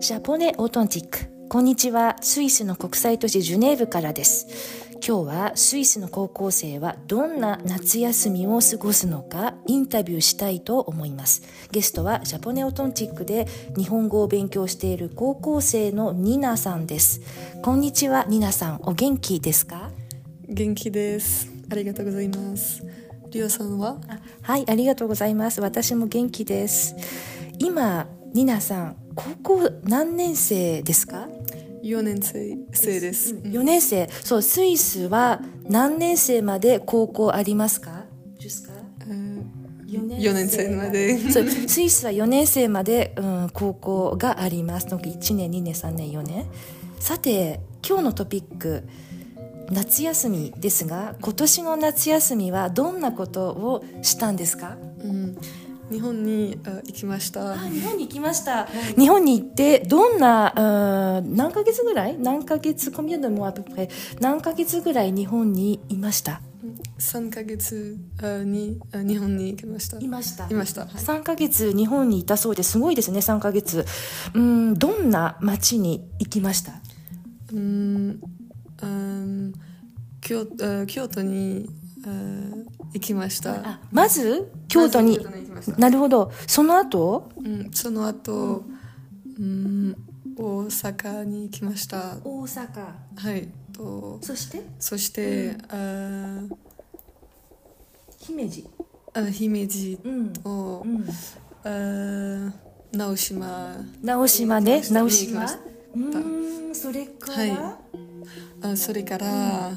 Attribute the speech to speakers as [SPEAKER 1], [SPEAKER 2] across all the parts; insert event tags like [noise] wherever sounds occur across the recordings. [SPEAKER 1] シャポネオートンティック。こんにちは。スイスの国際都市ジュネーブからです。今日はスイスの高校生はどんな夏休みを過ごすのかインタビューしたいと思います。ゲストはジャポネオトンチックで日本語を勉強している高校生のニナさんです。こんにちは、ニナさん。お元気ですか
[SPEAKER 2] 元気です。ありがとうございます。リオさんは
[SPEAKER 1] はい、ありがとうございます。私も元気です。今、ニナさん、高校何年生ですか
[SPEAKER 2] 4年生です。
[SPEAKER 1] 4年生。そう、スイスは何年生まで高校ありますか
[SPEAKER 2] ?4 年生まで。
[SPEAKER 1] そう、スイスは4年生まで、うん、高校があります。1年、2年、3年、4年。さて、今日のトピック、夏休みですが、今年の夏休みはどんなことをしたんですか、
[SPEAKER 2] うん日本に行きました
[SPEAKER 1] 日本に行きました、日本に行ってどんな何ヶ月ぐらい何ヶ月コミュニティもあぶれ何ヶ月ぐらい日本にいました
[SPEAKER 2] 3ヶ月に日本に行きました
[SPEAKER 1] いました
[SPEAKER 2] いました、はい、
[SPEAKER 1] 3ヶ月日本にいたそうですごいですね3ヶ月うんどんな町に行きました
[SPEAKER 2] うんうん京京都に行きました
[SPEAKER 1] まず京都になるほどその後、
[SPEAKER 2] うん、その後、うん、大阪に行きました
[SPEAKER 1] 大阪
[SPEAKER 2] はいと
[SPEAKER 1] そして
[SPEAKER 2] そして、うん、
[SPEAKER 1] 姫路
[SPEAKER 2] あ姫路と、うんあ直島
[SPEAKER 1] 直島ね直島うんそれから、はい、
[SPEAKER 2] あそれから、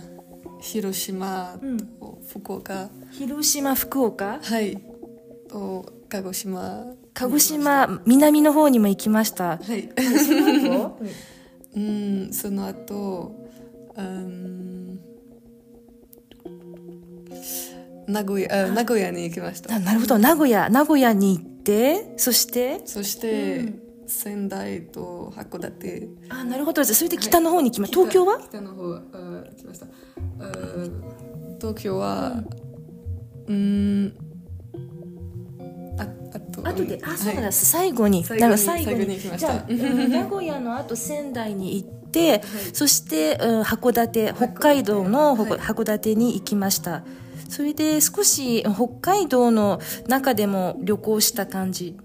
[SPEAKER 2] 広島と福岡、
[SPEAKER 1] 広島福岡
[SPEAKER 2] はいと鹿児島
[SPEAKER 1] 鹿児島南の方にも行きました
[SPEAKER 2] はい [laughs] うんその後うん名古屋名古屋に行きました
[SPEAKER 1] なるほど名古屋名古屋に行ってそして
[SPEAKER 2] そして、仙台と函館
[SPEAKER 1] あなるほどそれで北の方に来ました、東京は
[SPEAKER 2] 北の方あ来ました東京はうんああと
[SPEAKER 1] あとであそうなんです、最後に
[SPEAKER 2] だから最後に
[SPEAKER 1] じゃ名古屋のあと仙台に行って、そして、うん、函館北海道の函館に行きました、それで少し北海道の中でも旅行した感じ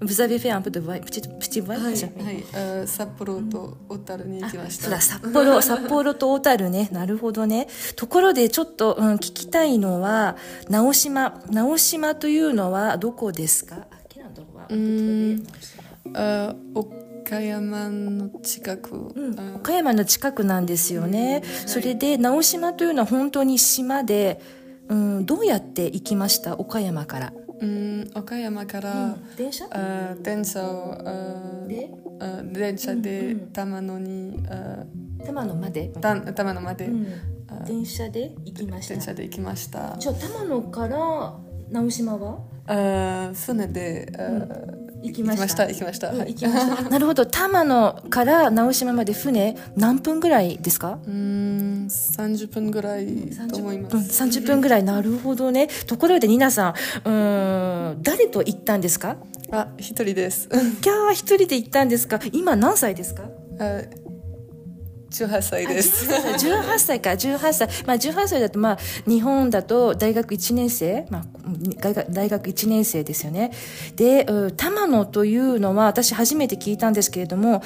[SPEAKER 1] Vous avez fait un peu de voyage, petit, petit voyage
[SPEAKER 2] はい、はい、札幌と小樽に行きました。そうだ、
[SPEAKER 1] 札 [laughs] 幌、札幌と小樽ね。なるほどね。ところでちょっと、うん、聞きたいのは、直島。直島というのはどこですか、
[SPEAKER 2] うん、あ、岡山の近く、うん
[SPEAKER 1] 岡山の近くなんですよね。それで、直島というのは本当に島で、うん、どうやって行きました岡山から。
[SPEAKER 2] うん、岡山から、うん、
[SPEAKER 1] 電車
[SPEAKER 2] あ電車をあであ電車で玉野に、あ
[SPEAKER 1] 玉野まで
[SPEAKER 2] た玉野まで、
[SPEAKER 1] 電車で行きました
[SPEAKER 2] 電車で行きました
[SPEAKER 1] じゃあ玉野から直島は
[SPEAKER 2] あ船であ、行きました行きました、
[SPEAKER 1] 行きましたなるほど玉野から直島まで船何分ぐらいですか
[SPEAKER 2] うん30分ぐらいと思います
[SPEAKER 1] 30分 ,30 分ぐらいなるほどねところでニナさんうん誰と行ったんですか
[SPEAKER 2] あ一人です [laughs]
[SPEAKER 1] キャー一人で行ったんですか今何歳ですか
[SPEAKER 2] あ18歳です。
[SPEAKER 1] [laughs] 18歳か、18歳。まあ18歳だと、まあ日本だと大学1年生、まあ大学1年生ですよね。で、玉野というのは私初めて聞いたんですけれども、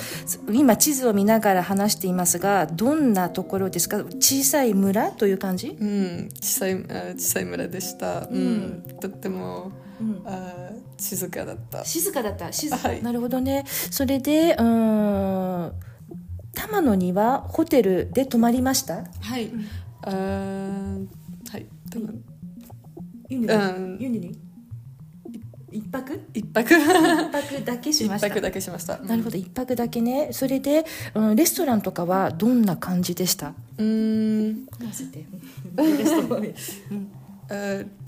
[SPEAKER 1] 今地図を見ながら話していますが、どんなところですか小さい村という感じ
[SPEAKER 2] [laughs] うん、小さい、小さい村でした。うん、うん、とっても、うん、あ静かだった。
[SPEAKER 1] 静かだった。静か。はい、なるほどね。それで、うん、玉野にはホテルで泊まりました
[SPEAKER 2] はい、あはい多分
[SPEAKER 1] ユニユニ一泊
[SPEAKER 2] 一泊
[SPEAKER 1] 一泊だけしました
[SPEAKER 2] 一泊だけしました、
[SPEAKER 1] なるほど一泊だけねそれで、うん、レストランとかはどんな感じでした
[SPEAKER 2] うん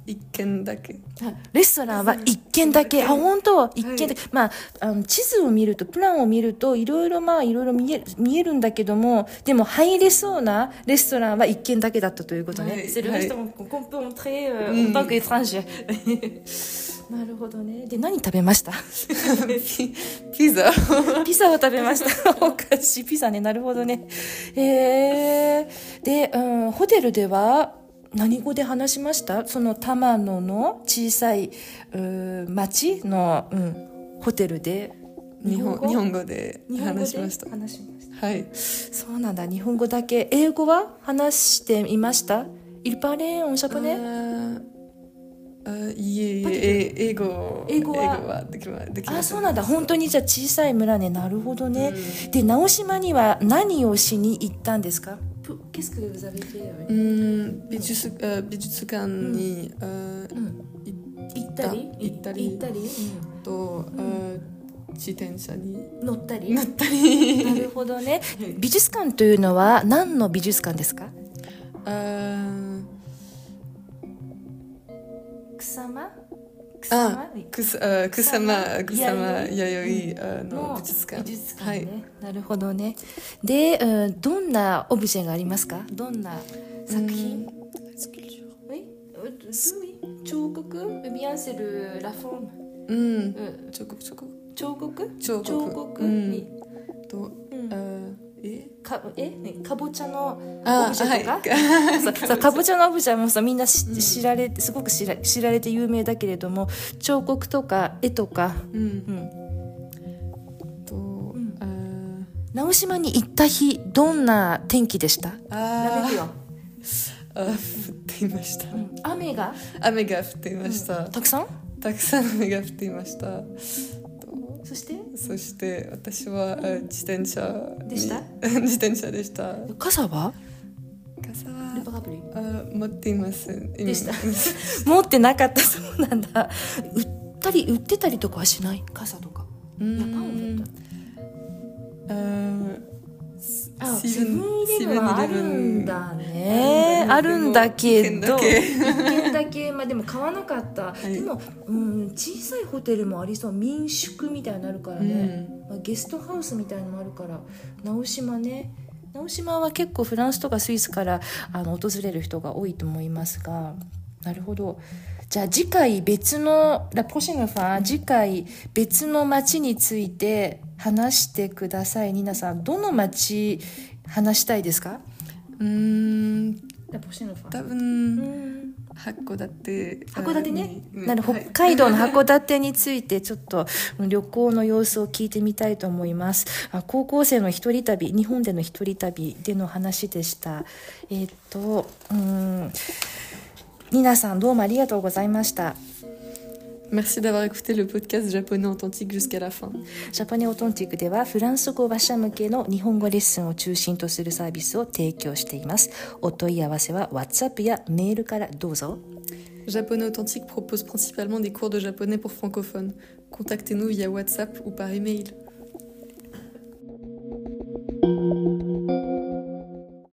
[SPEAKER 2] 一軒だけ [laughs]
[SPEAKER 1] レストランは一軒だけあ本当一軒だけ、はい、まああの地図を見るとプランを見るといろいろまあいろいろ見え見えるんだけどもでも入れそうなレストランは一軒だけだったということね、はい、
[SPEAKER 2] c'est le restaurant
[SPEAKER 1] [laughs] qu'on peut entrer en tant qu'étranger なるほどねで何食べました
[SPEAKER 2] ピピザ
[SPEAKER 1] ピザを食べました [laughs] お菓子ピザねなるほどねえー、で、うん、ホテルでは何語で話しましたその玉野の小さいうー町の、うん、ホテルで
[SPEAKER 2] 日本
[SPEAKER 1] 日
[SPEAKER 2] 日
[SPEAKER 1] 本
[SPEAKER 2] 本語で
[SPEAKER 1] 日本語で
[SPEAKER 2] 話しました
[SPEAKER 1] 話しまし
[SPEAKER 2] はい
[SPEAKER 1] たそうなんだ日本語だけ英語は話していましたイルパレーンオンシャ
[SPEAKER 2] あ
[SPEAKER 1] プネ
[SPEAKER 2] ーあーいえい
[SPEAKER 1] パリ
[SPEAKER 2] え
[SPEAKER 1] で
[SPEAKER 2] え英語
[SPEAKER 1] 英語は
[SPEAKER 2] できまできません
[SPEAKER 1] あそうなんだ本当にじゃあ小さい村ねなるほどね、
[SPEAKER 2] う
[SPEAKER 1] で直島には何をしに行ったんですか Qu'est-ce que vous avez fait
[SPEAKER 2] うん美術あ美術館に、あー
[SPEAKER 1] うん
[SPEAKER 2] い
[SPEAKER 1] 行ったり
[SPEAKER 2] 行ったり
[SPEAKER 1] 行ったり、
[SPEAKER 2] と、あー自転車に
[SPEAKER 1] うん乗ったり
[SPEAKER 2] 乗っ
[SPEAKER 1] [laughs]
[SPEAKER 2] たり
[SPEAKER 1] なるほどね美術館というのは何の美術館ですか
[SPEAKER 2] あー
[SPEAKER 1] 草間
[SPEAKER 2] あ草あー草
[SPEAKER 1] 草
[SPEAKER 2] 間草
[SPEAKER 1] 間
[SPEAKER 2] 間弥生あの
[SPEAKER 1] の
[SPEAKER 2] 美術館
[SPEAKER 1] 美術
[SPEAKER 2] は
[SPEAKER 1] 館
[SPEAKER 2] い
[SPEAKER 1] ね、なるほどねで、うん、どんなオブジェがありますかどんな作品え彫刻ビアンセル・ラフォーム
[SPEAKER 2] うん彫刻彫刻
[SPEAKER 1] 彫刻
[SPEAKER 2] 彫刻うん
[SPEAKER 1] に、
[SPEAKER 2] と、
[SPEAKER 1] うん
[SPEAKER 2] あーえ
[SPEAKER 1] かえねかぼちゃのオ
[SPEAKER 2] あ
[SPEAKER 1] ブジ
[SPEAKER 2] ー
[SPEAKER 1] ェとか、
[SPEAKER 2] はい
[SPEAKER 1] そう [laughs] そうかぼちゃのオブジェもさみんな知知られてすごく知ら知られて有名だけれども彫刻とか絵とか、
[SPEAKER 2] うん
[SPEAKER 1] うん、
[SPEAKER 2] と、
[SPEAKER 1] ん
[SPEAKER 2] あー
[SPEAKER 1] 直島に行った日どんな天気でした
[SPEAKER 2] あー
[SPEAKER 1] よ、
[SPEAKER 2] あー降っていました
[SPEAKER 1] うん、雨が
[SPEAKER 2] 雨が降っていました、
[SPEAKER 1] たくさん
[SPEAKER 2] たくさん雨が降っていましたと
[SPEAKER 1] そして
[SPEAKER 2] そして私はあー自転車に
[SPEAKER 1] でした
[SPEAKER 2] [laughs] 自転車でした
[SPEAKER 1] 傘は
[SPEAKER 2] 傘はあー持っていません今
[SPEAKER 1] でした持ってなかったそうなんだ売ったり売ってたりとかはしない傘とか
[SPEAKER 2] うん
[SPEAKER 1] いやパンフレット
[SPEAKER 2] あー
[SPEAKER 1] あセ
[SPEAKER 2] セ
[SPEAKER 1] ブ
[SPEAKER 2] ブ
[SPEAKER 1] ン
[SPEAKER 2] ン
[SPEAKER 1] イレ
[SPEAKER 2] イレ
[SPEAKER 1] ブ
[SPEAKER 2] ブ
[SPEAKER 1] ンは
[SPEAKER 2] ンは
[SPEAKER 1] あ
[SPEAKER 2] あ
[SPEAKER 1] る
[SPEAKER 2] る
[SPEAKER 1] ん
[SPEAKER 2] ん
[SPEAKER 1] だ
[SPEAKER 2] だ
[SPEAKER 1] ねあ
[SPEAKER 2] あ
[SPEAKER 1] る
[SPEAKER 2] る
[SPEAKER 1] ん
[SPEAKER 2] ん
[SPEAKER 1] だ
[SPEAKER 2] だ
[SPEAKER 1] け
[SPEAKER 2] け
[SPEAKER 1] ど
[SPEAKER 2] ど
[SPEAKER 1] 一軒だけまあでも買わなかった、
[SPEAKER 2] い
[SPEAKER 1] でも、うん、小さいホテルもありそう民宿みたいになるからね、まあ、ゲストハウスみたいのもあるから直島ね直島は結構フランスとかスイスからあの訪れる人が多いと思いますがなるほどじゃあ次回別のラポシムファン次回別の町について話してくださいニナさんどの町話したいですか
[SPEAKER 2] うんうん
[SPEAKER 1] ラポシムファ
[SPEAKER 2] 多
[SPEAKER 1] ン
[SPEAKER 2] 分
[SPEAKER 1] うん
[SPEAKER 2] 函館
[SPEAKER 1] 函館ね、
[SPEAKER 2] うん
[SPEAKER 1] なる
[SPEAKER 2] は
[SPEAKER 1] 北
[SPEAKER 2] い
[SPEAKER 1] 海道の函館についてちょっと旅行の様子を聞いてみたいと思いますあ高校生の一人旅日本での一人旅での話でしたえっとうんニナさんどうもありがとうございました
[SPEAKER 2] Merci d'avoir écouté le podcast japonais authentique jusqu'à la fin.
[SPEAKER 1] ジャパネオトンティクではフランス語話者向けの日本語レッスンを中心とするサービスを提供していますお問い合わせは WhatsApp やメールからどうぞ
[SPEAKER 2] Japonais authentique propose principalement des cours de japonais pour francophones. Contactez-nous via WhatsApp ou par email.